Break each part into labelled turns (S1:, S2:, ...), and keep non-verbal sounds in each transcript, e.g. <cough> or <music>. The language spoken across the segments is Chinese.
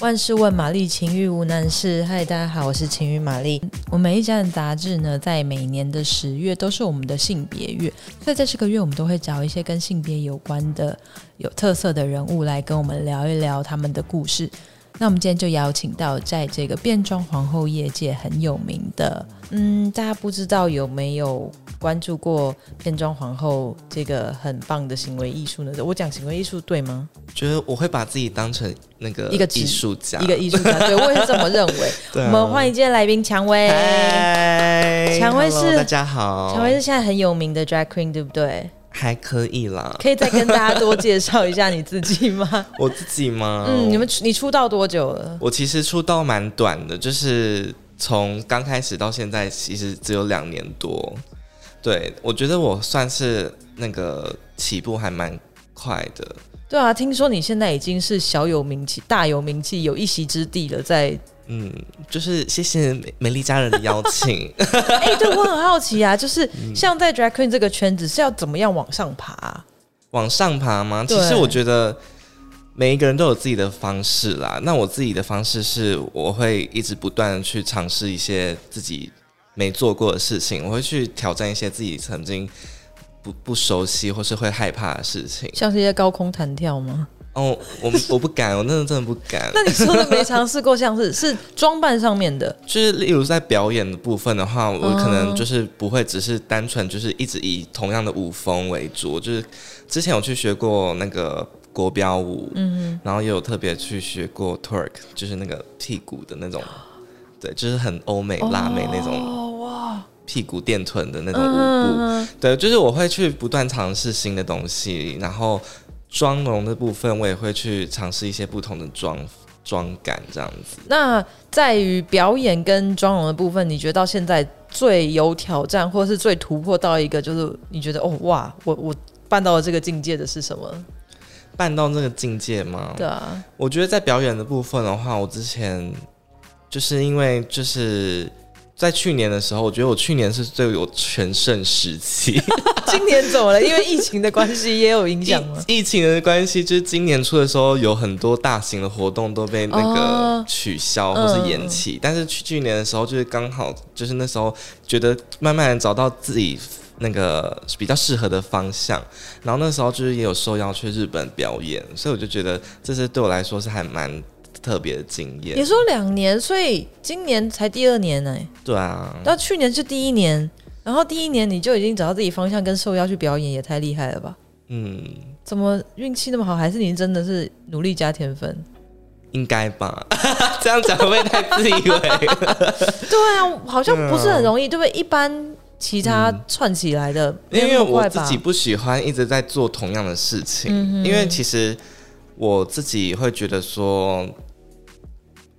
S1: 万事问玛丽，情欲无难事。嗨，大家好，我是情欲玛丽。我们一家人杂志呢，在每年的十月都是我们的性别月，所以在这个月我们都会找一些跟性别有关的有特色的人物来跟我们聊一聊他们的故事。那我们今天就邀请到在这个变装皇后业界很有名的，嗯，大家不知道有没有关注过变装皇后这个很棒的行为艺术呢？我讲行为艺术对吗？
S2: 觉得我会把自己当成那个
S1: 一个
S2: 艺术家，
S1: 一个艺术家，对啊我也是这么认为。
S2: 对啊、
S1: 我们欢迎今天来宾蔷薇，<laughs>
S2: 嗨，
S1: 蔷薇是
S2: Hello，大家好，
S1: 蔷薇是现在很有名的 drag queen，对不对？
S2: 还可以啦。
S1: 可以再跟大家多介绍一下你自己
S2: <laughs>
S1: 吗？
S2: 我自己吗？
S1: 嗯，你们出你出道多久了？
S2: 我其实出道蛮短的，就是从刚开始到现在，其实只有两年多。对，我觉得我算是那个起步还蛮快的。
S1: 对啊，听说你现在已经是小有名气、大有名气，有一席之地了。
S2: <laughs>
S1: 在
S2: 嗯，就是谢谢美美丽家人的邀请。
S1: 哎、对我很好奇啊，就是像在 drag queen 这个圈子是要怎么样往上爬啊、
S2: 往上爬吗？
S1: 对
S2: 其实我觉得每一个人都有自己的方式啦。那我自己的方式是，我会一直不断的去尝试一些自己没做过的事情，我会去挑战一些自己曾经不不熟悉或是会害怕的事情。
S1: 像是一些高空弹跳吗？
S2: 哦，我我不敢，我真的真的不敢。
S1: 那你说的没尝试过，像是是装扮上面
S2: <laughs>
S1: 的，
S2: 就是例如在表演的部分的话，我
S1: 哦
S2: 可能就是不会只是单纯就是一直以同样的舞风为主，就是之前有去学过那个国标舞，嗯，然后也有特别去学过 twerk，就是那个屁股的那种，对，就是很欧美辣妹那种
S1: 哦哇，
S2: 屁股垫臀的那种舞步，
S1: 嗯，
S2: 对，就是我会去不断尝试新的东西，然后妆容的部分我也会去尝试一些不同的妆妆感这样子。
S1: 那在于表演跟妆容的部分，你觉得到现在最有挑战，或是最突破到一个，就是你觉得哦哇，我我办到了这个境界的是什么？
S2: 办到这个境界吗？
S1: 对啊，
S2: 我觉得在表演的部分的话，我之前就是因为就是在去年的时候，我觉得我去年是最有全盛时期，
S1: 今年怎么了？因为疫情的关系也有影
S2: 疫
S1: 响
S2: <laughs>
S1: 吗？
S2: 疫情的关系，就是今年初的时候有很多大型的活动都被那个
S1: 哦
S2: 取消或是延期，但是去去年的时候就是刚好就是那时候觉得慢慢的找到自己。那个比较适合的方向，然后那时候就是也有受邀去日本表演，所以我就觉得这是对我来说是还蛮特别的经验。
S1: 你说两年，所以今年才第二年呢、
S2: 对啊，
S1: 到去年是第一年，然后第一年你就已经找到自己方向跟受邀去表演，也太厉害了吧？
S2: 嗯，
S1: 怎么运气那么好？还是你真的是努力加天分？
S2: 应该吧。 <laughs> 这样讲会不会太自以
S1: <laughs>
S2: 为？
S1: 对啊，好像不是很容易，对不对？一般其他串起来的，没有
S2: 啊嗯因
S1: 那
S2: 为
S1: 么
S2: 我
S1: 快
S2: 自
S1: 吧嗯
S2: 己不喜欢一直在做同样的事情，因为其实我自己会觉得说，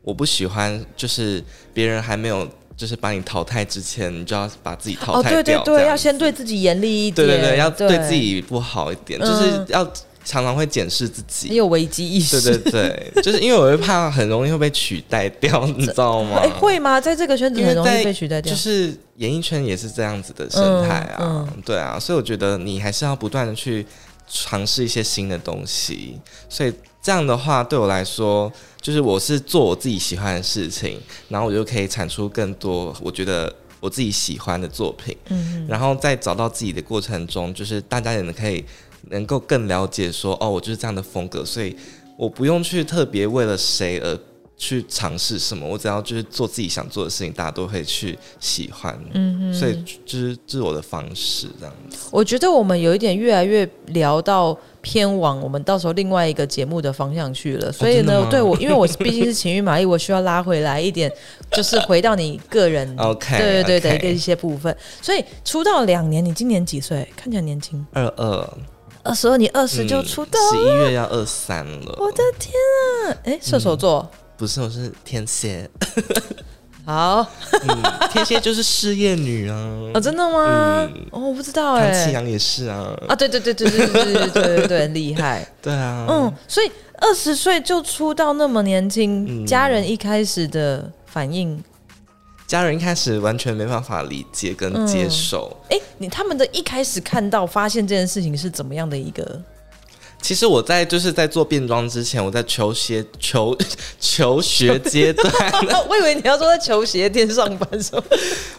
S2: 我不喜欢就是别人还没有就是把你淘汰之前，你就要把自己
S1: 哦，
S2: 淘汰
S1: 对对
S2: 掉。这
S1: 对，
S2: 样
S1: 要先对自己严厉一点，
S2: 对对对，要对自己不好一点，就是
S1: 嗯
S2: 要常常会检视自
S1: 很
S2: 己。
S1: 有危机意识。
S2: 对对对，就是因为我会怕很容易会被取代
S1: <laughs>
S2: 掉，你知道吗？
S1: 哎，会吗？在这个圈子
S2: 啊因为
S1: 很容
S2: 在
S1: 易被取代掉
S2: 就。是演艺圈也是这样子的生态啊，
S1: 嗯
S2: 对啊，所以我觉得你还是要不断的去尝试一些新的东西。所以这样的话，对我来说，就是我是做我自己喜欢的事情，然后我就可以产出更多我觉得我自己喜欢的作品。
S1: 嗯，
S2: 然后在找到自己的过程中，就是大家也能可以能够更了解说，哦，我就是这样的风格，所以我不用去特别为了谁而去尝试什么，我只要就是做自己想做的事情，大家都会去喜欢。嗯哼，所以就是这是我的方式这样子。
S1: 我觉得我们有一点越来越聊到偏往我们到时候另外一个节目的方向去了，所以
S2: 哦真的
S1: 呢
S2: 吗，
S1: 对我，因为我毕竟是情欲玛丽，我需要拉回来一点，就是回到你个人
S2: <laughs> 哦 OK，
S1: 嗯对对对的一
S2: OK
S1: 个一些部分。所以出道两年，你今年几岁？看起来年轻，
S2: 二二
S1: 二十二，你二
S2: 嗯
S1: 十就出道
S2: 十
S1: 了，
S2: 一月要二三了。
S1: 我的天啊！哎，射手座，
S2: 不是，我是天
S1: <laughs>
S2: 蝎，嗯
S1: 好
S2: 天蝎就是事业女啊，
S1: 哦，真的吗？哦，我不知道
S2: 唐奇
S1: 哎。
S2: 阳也是嗯啊，
S1: 啊，对对对对对对对对对对对，很厉
S2: <laughs>
S1: 害。
S2: 对啊，
S1: 嗯，所以二十岁就出道那么年轻，
S2: 嗯
S1: 家人一开始的反应，
S2: 家人一开始完全没办法理解跟接受，
S1: 嗯
S2: <laughs>
S1: 哎、你他们的一开始看到发现这件事情是怎么样的一个？
S2: 其实我在就是在做变装之前，我在求学求 <laughs> 求学阶段，
S1: 哦我以为你要说在球鞋店上班什么？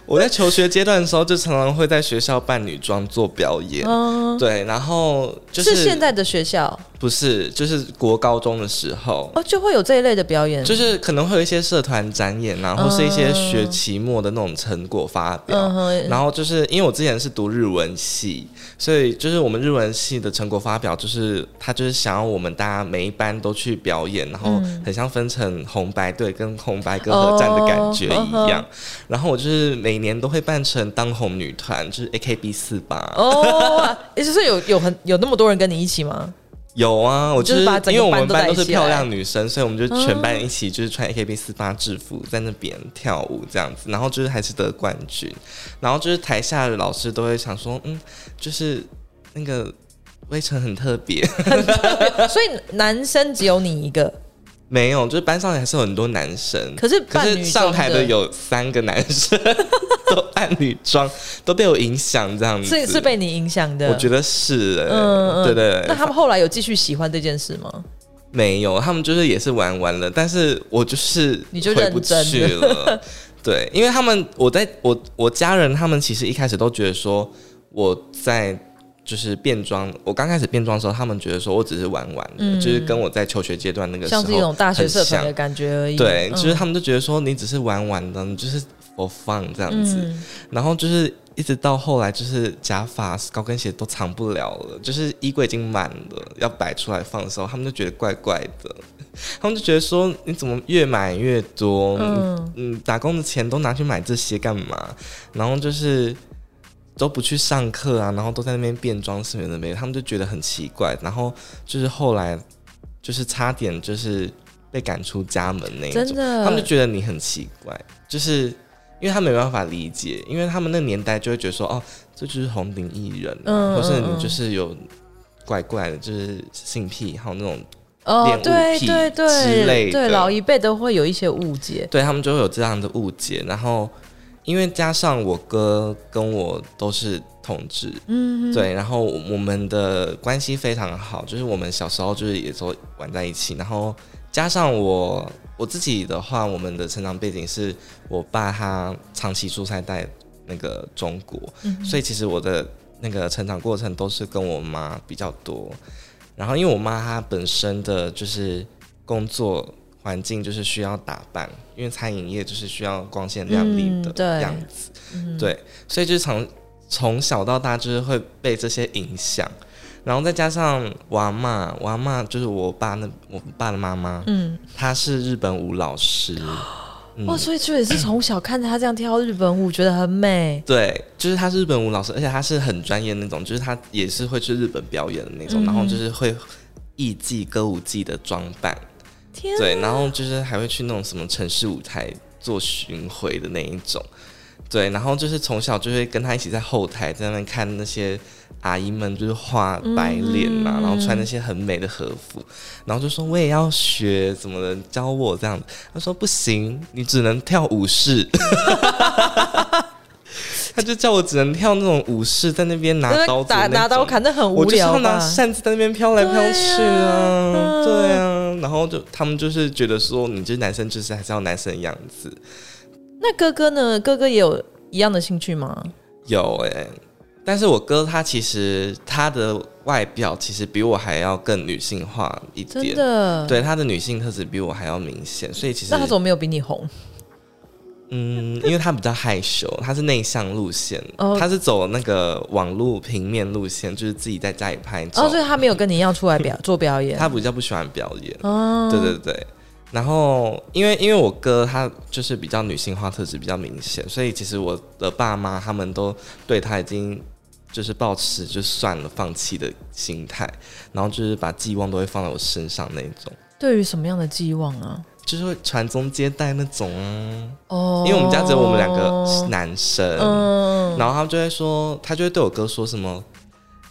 S2: 我在求学阶段的时候，就常常会在学校扮女装做表演。
S1: 嗯，
S2: 对，然后哦就是
S1: 是现在的学校
S2: 不是就是国高中的时候，
S1: 哦，就会有这一类的表演。
S2: 就是可能会有一些社团展演啊，或是一些学期末的那种成果发表。
S1: 嗯哼，
S2: 然后就是因为我之前是读日文系，所以就是我们日文系的成果发表，就是他就是想要我们大家每一班都去表演，然后
S1: 嗯
S2: 很像分成红白队跟红白歌合战的感觉一
S1: 嗯
S2: 样。然后我就是每年都会扮成当红女团，就是 A K B 四八。
S1: 哦，哇也就是有有很有那么多人跟你一起吗？
S2: 有啊，我
S1: 就是把整
S2: 因
S1: 个
S2: 为我
S1: 班
S2: 们
S1: 都带
S2: 班都是
S1: 起来
S2: 漂亮女生，所以我们就全班一起就是穿 AKB 四八制服在那边跳舞这样子，然后就是还是得冠军，然后就是台下的老师都会想说，嗯，就是那个微尘很特别， <laughs>
S1: 所以男生只有你一个，
S2: 没有，就是班上还是有很多男生，
S1: 可是
S2: 嗯可
S1: 扮
S2: 是
S1: 女
S2: 上
S1: 装
S2: 台的
S1: 的
S2: 有三个男生都扮女装，都被我影响这样子，
S1: 是是被你影响的。
S2: 我觉得是、欸，
S1: 嗯嗯
S2: 对对对
S1: 那他们后来有继续喜欢这件事吗？
S2: 没有，他们就是也是玩完了，但是我就是
S1: 你就
S2: 回不
S1: 认真
S2: 去了。 <laughs> 对，因为他们，我在我我家人，他们其实一开始都觉得说我在就是变装，我刚开始变装的时候，他们觉得说我只是玩玩的，就是跟我在求学阶段那个时候
S1: 嗯像是一种大学社团
S2: 很
S1: 的
S2: 像
S1: 感觉而已。
S2: 对，
S1: 嗯
S2: 就是他们就觉得说你只是玩玩的，你就是 for fun 这样子，
S1: 嗯，
S2: 然后就是一直到后来，就是假发、高跟鞋都藏不了了，就是衣柜已经满了，要摆出来放的时候，他们就觉得怪怪的， <laughs> 他们就觉得说你怎么越买越多，
S1: 嗯
S2: 嗯嗯，打工的钱都拿去买这些干嘛？然后就是。都不去上课啊，然后都在那边变装什么的没，他们就觉得很奇怪。然后就是后来，就是差点就是被赶出家门那一种
S1: 真。的，
S2: 他们就觉得你很奇怪，就是因为他们没办法理解，因为他们那年代就会觉得说，哦，这就是红顶艺人、啊，
S1: 嗯
S2: 或是
S1: 嗯嗯
S2: 你就是有怪怪的，就是性癖还有那种，
S1: 哦
S2: 恋，物
S1: 对
S2: 癖
S1: 对
S2: 之类
S1: 对，对
S2: 的
S1: 老一辈都会有一些误解。
S2: 对他们就会有这样的误解。然后因为加上我哥跟我都是同志，
S1: 嗯，
S2: 对，然后我们的关系非常好，就是我们小时候就是也都玩在一起，然后加上我我自己的话，我们的成长背景是我爸他长期出差在那个中国，所以其实我的那个成长过程都是跟我妈比较多，然后因为我妈她本身的就是工作。环境就是需要打扮，因为餐饮业就是需要光鲜亮丽
S1: 嗯对嗯
S2: 的样子，对，所以就是常从小到大就是会被这些影响，然后再加上我阿妈，我阿妈就是我爸那我爸的妈妈，
S1: 嗯，哦
S2: 她是日本舞老师，嗯
S1: 哇，所以就也是从小看着他这样跳日本舞，觉得很美。
S2: 对，就是她是日本舞老师，而且她是很专业那种，就是她也是会去日本表演的那种，
S1: 嗯
S2: 然后就是会艺伎歌舞伎的装扮，
S1: 天，啊
S2: 对，然后就是还会去那种什么城市舞台做巡回的那一种，对，然后就是从小就会跟他一起在后台在那边看那些阿姨们就是画白脸呐、
S1: 嗯
S2: 然后穿那些很美的和服，然后就说我也要学，怎么能教我这样子？他说不行，你只能跳
S1: <laughs>
S2: 舞式。他就叫我只能跳那种武士，在那边拿
S1: 那
S2: 刀子
S1: 打
S2: 的那
S1: 拿刀
S2: 种
S1: 砍，那很
S2: 我
S1: 无
S2: 就是
S1: 聊
S2: 要拿
S1: 吧？
S2: 扇子在那边飘来飘去啊，
S1: 对啊
S2: 对啊，然后就他们就是觉得说，你这男生就是还是要男生的样子。
S1: 那哥哥呢？哥哥也有一样的兴趣吗？
S2: 有哎、但是我哥他其实他的外表其实比我还要更女性化一
S1: 真
S2: 点，
S1: 的，。
S2: 对他的女性特质比我还要明显，所以其实
S1: 那他怎么没有比你红？
S2: 嗯，因为他比较害羞，他是内向路线，
S1: 哦
S2: 他是走那个网络平面路线，就是自己在家里拍照，
S1: 哦，所以他没有跟你一样出来
S2: <laughs>
S1: 表做表演。
S2: 他比较不喜欢表演。
S1: 哦，
S2: 对对对。然后，因为因为我哥他就是比较女性化特质比较明显，所以其实我的爸妈他们都对他已经就是抱持就算了放弃的心态，然后就是把寄望都会放在我身上那种，
S1: 对于什么样的寄望啊？
S2: 就是会传宗接代那种啊。
S1: 哦，
S2: 因为我们家只有我们两个是男生，
S1: 嗯，
S2: 然后他们就会说，他就会对我哥说什么：“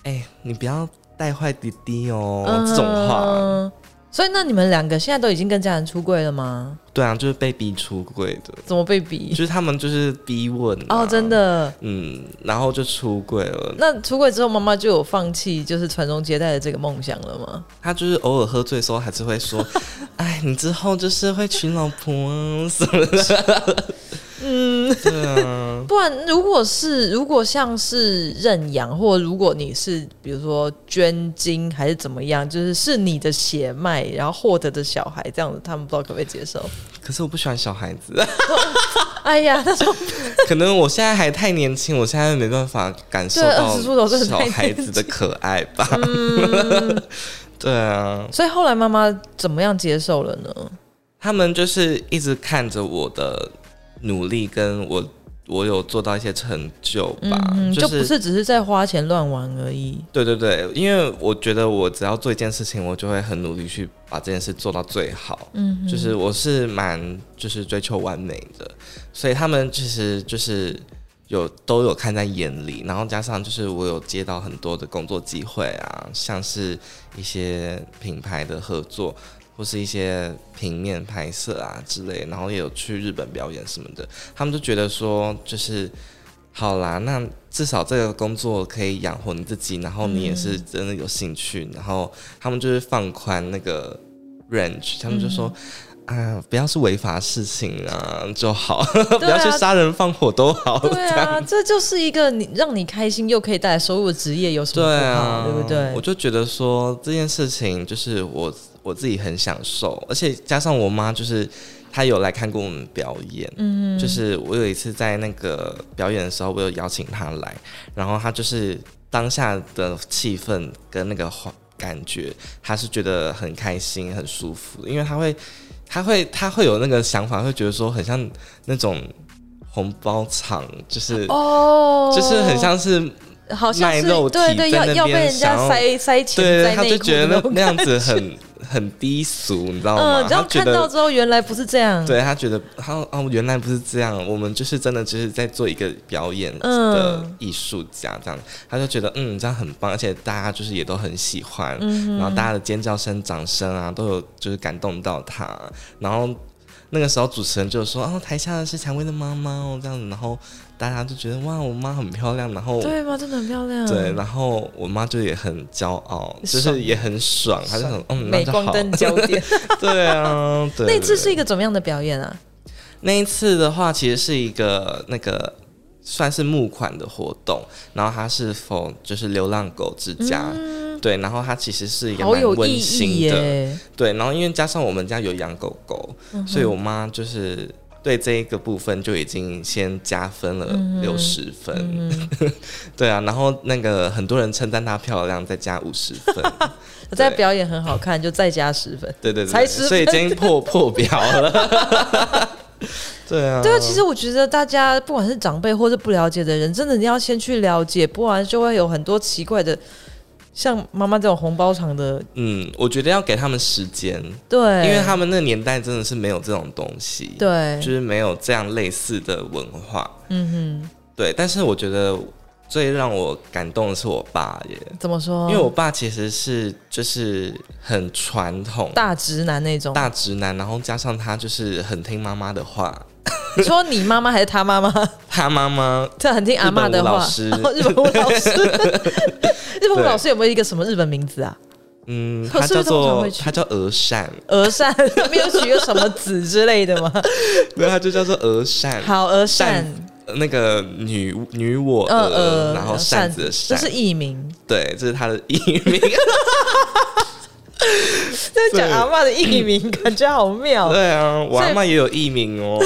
S2: 哎、你不要带坏弟弟哦”这种话。
S1: 嗯，所以那你们两个现在都已经跟家人出柜了吗？
S2: 对啊，就是被逼出柜的，
S1: 怎么被
S2: 就
S1: 比？
S2: 是他们就是逼问、
S1: 哦，真。的。
S2: 嗯，然后就出柜了。
S1: 那出柜之后，妈妈就有放弃就是传宗接代的这个梦想了吗？
S2: 他就是偶尔喝醉的时候，还是会说：“
S1: <laughs>
S2: 哎，你之后就是会娶老婆啊什么 <laughs> 的。嗯
S1: 不然，如果是如果像是认养，或如果你是比如说捐精还是怎么样，就是是你的血脉，然后获得的小孩这样子，他们不知道可不可以接受？”
S2: 可是我不喜欢小孩子， <laughs>
S1: <laughs> 哎呀，那种
S2: 可能我现在还太年轻，我现在没办法感受
S1: 对
S2: 到
S1: 20出头真的
S2: 小
S1: 太年嗯
S2: 孩子的可爱
S1: <laughs>
S2: 吧。 <laughs> 对啊，
S1: 所以后来妈妈怎么样接受了呢？
S2: 他们就是一直看着我的努力，跟我我有做到一些成就吧，
S1: 嗯，
S2: 就
S1: 就是不是只是在花钱乱玩而已。
S2: 对对对，因为我觉得我只要做一件事情，我就会很努力去把这件事做到最好。嗯，就是我是蛮就是追求完美的，所以他们其实就是有都有看在眼里，然后加上就是我有接到很多的工作机会啊，像是一些品牌的合作。或是一些平面拍摄啊之类，然后也有去日本表演什么的，他们就觉得说，就是好啦，那至少这个工作可以养活你自己，然后你也是真的有兴趣，然后他们就是放宽那个 range，他们就说。
S1: 嗯
S2: 啊，不要是违法事情啊就好， <laughs> 不要去杀人放火都好。
S1: 对啊，这就是一个你让你开心又可以带来收入的职业，有什
S2: 对
S1: 么不好，
S2: 啊，
S1: 对不对
S2: 我？就觉得说这件事情就是我我自己很享受，而且加上我妈就是她有来看过我们表演，嗯，就是我有一次在那个表演的时候，我有邀请她来，然后她就是当下的气氛跟那个环感觉，她是觉得很开心、很舒服的，因为她会。她会，她会有那个想法，会觉得说很像那种红包场，就是、
S1: 哦
S2: 就是很像是
S1: 好像是
S2: 卖肉体
S1: 对对，
S2: 在
S1: 要
S2: 那
S1: 要被
S2: 边
S1: 人家
S2: 想要
S1: 塞塞钱
S2: 对，
S1: 塞
S2: 他
S1: 内
S2: 就
S1: 裤
S2: 觉得
S1: 那
S2: 那
S1: 种
S2: 那样
S1: 感觉
S2: 子很很低俗，你知道吗？
S1: 嗯，然
S2: 他
S1: 后
S2: 觉
S1: 看到
S2: 得，
S1: 之后原来不是这样，
S2: 对他觉得他哦，原来不是这样，我们就是真的就是在做一个表演
S1: 嗯
S2: 的艺术家这样，他就觉得嗯这样很棒，而且大家就是也都很喜欢，
S1: 嗯
S2: 然后大家的尖叫声、掌声啊都有就是感动到他，然后。那个时候主持人就说：“哦，台下的是蔷薇的妈妈哦，这样子。”然后大家就觉得哇，我妈很漂亮。然后
S1: 对吗？真的很漂亮，
S2: 对，然后我妈就也很骄傲，就
S1: 爽
S2: 是也很爽，她就想，嗯，那
S1: 镁
S2: 就
S1: 光
S2: 好。
S1: 灯焦 <laughs> 点。
S2: 对啊，对。
S1: 那一次
S2: 对
S1: 是一个怎么样的表演啊？
S2: 那一次的话，其实是一个那个算是募款的活动，然后它是否就是流浪狗之家，对，然后它其实是一个
S1: 嗯好
S2: 蛮
S1: 有
S2: 温
S1: 意义
S2: 馨的，
S1: 耶！嗯
S2: 对，然后因为加上我们家有养狗狗，所以我妈就是对这一个部分就已经先加分了
S1: 嗯
S2: 六十分， <laughs> 对啊，然后那个很多人称赞她漂亮，再加五十分，
S1: 我在表演很好看，就再加十分。
S2: 对对
S1: <laughs>
S2: 对
S1: 才
S2: 对，
S1: 10
S2: 所以已经破破表了， <laughs> 对啊，
S1: 对啊，其实我觉得大家不管是长辈或是不了解的人，真的你要先去了解，不然就会有很多奇怪的，像妈妈这种红包场的，
S2: 嗯，我觉得要给他们时间，
S1: 对，
S2: 因为他们那个年代真的是没有这种东西，
S1: 对
S2: 就是没有这样类似的文化，嗯哼，对，但是我觉得最让我感动的是我爸耶。
S1: 怎么说？
S2: 因为我爸其实是就是很传统
S1: 大直男那种，
S2: 大直男，然后加上他就是很听妈妈的话，
S1: 你说你妈妈还是他妈 <laughs> 妈？
S2: 他妈妈
S1: 这很听阿嬷的话。
S2: 日
S1: 哦
S2: 本
S1: 日本舞老 <laughs> 师，日本舞老师有没有一个什么日本名字啊？
S2: 嗯，
S1: 可
S2: 他
S1: 是
S2: 叫
S1: 通常
S2: 做
S1: 会去
S2: 他叫鹅善，
S1: 鹅善 <laughs> 没有取个什么子之类 <laughs> 的吗？
S2: 对，他就叫做鹅善，呃
S1: 好，鹅善，
S2: 那个女女我
S1: 呃
S2: 鹅，
S1: 呃，
S2: 然后扇子的
S1: 这
S2: 扇，
S1: 是艺名。
S2: 对，这是他的艺
S1: <laughs>
S2: 名，
S1: 在讲阿嬷的艺 <laughs> 名，感觉好妙。
S2: 对啊，我阿妈也有艺
S1: <laughs>
S2: 名哦，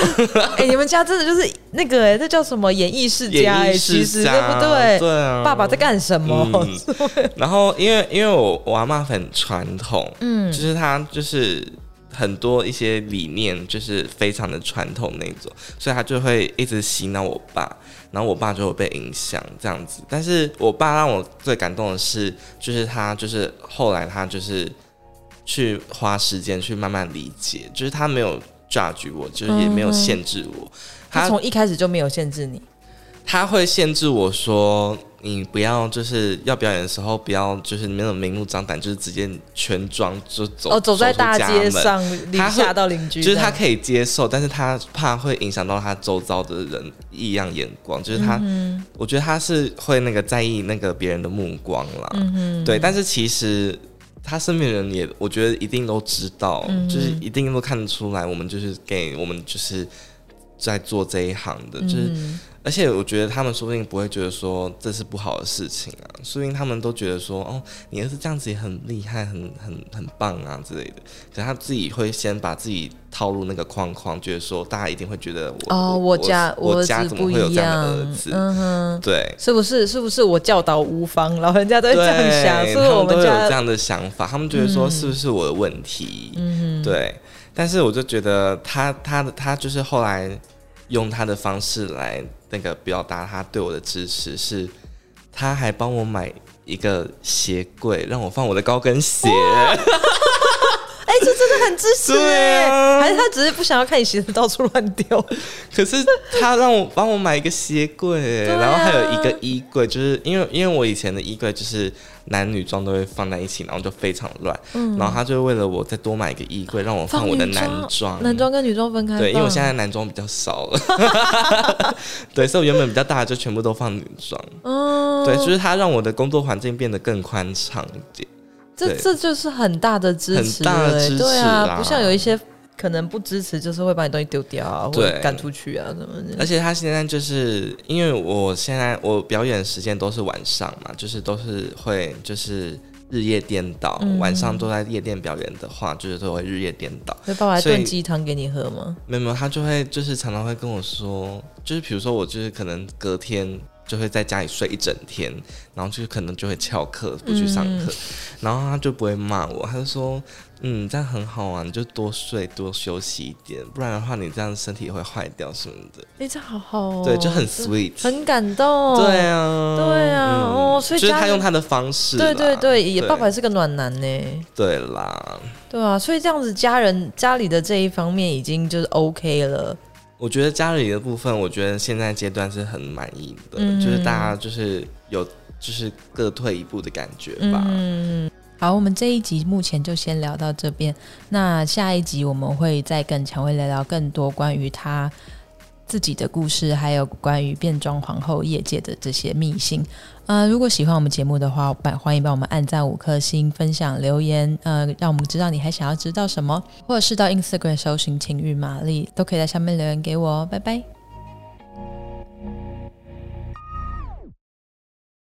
S1: 哎、你们家真的就是那个哎、这叫什么演艺世家哎、
S2: 演艺
S1: 其
S2: 世
S1: 实对
S2: 家
S1: 不对？
S2: 对嗯啊
S1: 爸爸在干什么？ <laughs>
S2: 然后因为因为我我阿妈很传统，嗯，就是她就是很多一些理念就是非常的传统那种，所以她就会一直洗脑我爸，然后我爸就有被影响这样子。但是我爸让我最感动的是，就是他就是后来他就是去花时间去慢慢理解，就是他没有 judge 我，就是也
S1: 嗯
S2: 没有限制我，
S1: 他从一开始就没有限制你，
S2: 他会限制我说，你不要就是要表演的时候，不要就是没有明目张胆，就是直接全装就走
S1: 哦，走在大街，
S2: 出家门
S1: 上，
S2: 他
S1: 邻
S2: 会
S1: 吓到邻居这
S2: 就是他
S1: 样，
S2: 可以接受，但是他怕会影响到他周遭的人异样眼光，就是他，
S1: 嗯
S2: 我觉得他是会那个在意那个别人的目光啦，
S1: 嗯
S2: 对，但是其实。他身边的人也，我觉得一定都知道，
S1: 嗯
S2: 就是一定都看得出来，我们就是给我们就是在做这一行的，就是
S1: 嗯
S2: 而且我觉得他们说不定不会觉得说这是不好的事情啊，说不定他们都觉得说哦，你儿子这样子也很厉害，很很很棒啊之类的。可是他自己会先把自己套入那个框框，觉得说大家一定会觉得我
S1: 哦，
S2: 我
S1: 我家
S2: 我
S1: 儿
S2: 家
S1: 子
S2: 怎么
S1: 不
S2: 会有
S1: 一
S2: 这样
S1: 样
S2: 的儿，子？
S1: 嗯哼，
S2: 对。
S1: 是不是？是不是我教导无方，老人家都会
S2: 对，
S1: 这样想，是不是
S2: 他
S1: 我
S2: 们
S1: 们
S2: 都有这
S1: 家嗯
S2: 样的想法，他们觉得说是不是我的问题？对。但是我就觉得他他的他就是后来用他的方式来那个表达他对我的支持是，他还帮我买一个鞋柜让我放我的高跟鞋，
S1: 哎、这真的很支持
S2: 对
S1: 哎、
S2: 啊
S1: 还是他只是不想要看你鞋子到处乱丢？
S2: 可是他让我帮我买一个鞋柜，
S1: 啊
S2: 然后还有一个衣柜，就是因为因为我以前的衣柜就是男女装都会放在一起，然后就非常乱，然后他就为了我再多买一个衣柜让我放我的
S1: 女
S2: 男装，
S1: 男装跟女装分开放。
S2: 对，因为我现在男装比较少了， <laughs> 对，所以我原本比较大的就全部都放女装。
S1: 嗯，
S2: 对，就是它让我的工作环境变得更宽敞一点。
S1: 这
S2: 对
S1: 这就是很大的支持、
S2: 很大的支持
S1: 对
S2: 啦
S1: 啊，不像有一些可能不支持，就是会把你东西丢掉啊，或者
S2: 对
S1: 赶出去啊什么的。
S2: 而且他现在就是因为我现在我表演时间都是晚上嘛，就是都是会就是日夜颠倒，
S1: 嗯
S2: 晚上都在夜店表演的话，就是都会日夜颠倒。
S1: 会爸爸
S2: 所以
S1: 炖鸡汤给你喝吗？
S2: 没有没有，他就会就是常常会跟我说，就是比如说我就是可能隔天就会在家里睡一整天，然后就是可能就会翘课不去上
S1: 嗯
S2: 课，然后他就不会骂我，他就说，嗯，这样很好啊，你就多睡多休息一点，不然的话你这样身体会坏掉什么的，
S1: 哎、这好好哦，
S2: 对，就很
S1: 这
S2: sweet，
S1: 很感动。
S2: 对啊，
S1: 对啊哦所以
S2: 就是
S1: 家
S2: 他
S1: 人
S2: 用他的方式啦，
S1: 对对对，也爸爸也
S2: 对
S1: 是个暖男呢。
S2: 对啦，
S1: 对啊，所以这样子家人家里的这一方面已经就是 OK 了。
S2: 我觉得家里的部分，我觉得现在阶段是很满意的，
S1: 嗯
S2: 就是大家就是有就是各退一步的感觉吧。
S1: 嗯，好，我们这一集目前就先聊到这边。那下一集我们会再跟蔷薇聊聊更多关于她自己的故事，还有关于变装皇后业界的这些秘辛。呃，如果喜欢我们节目的话，帮欢迎帮我们按赞五颗星、分享、留言，呃，让我们知道你还想要知道什么，或者是到 Instagram 搜寻“情欲玛丽”，都可以在下面留言给我哦。拜拜。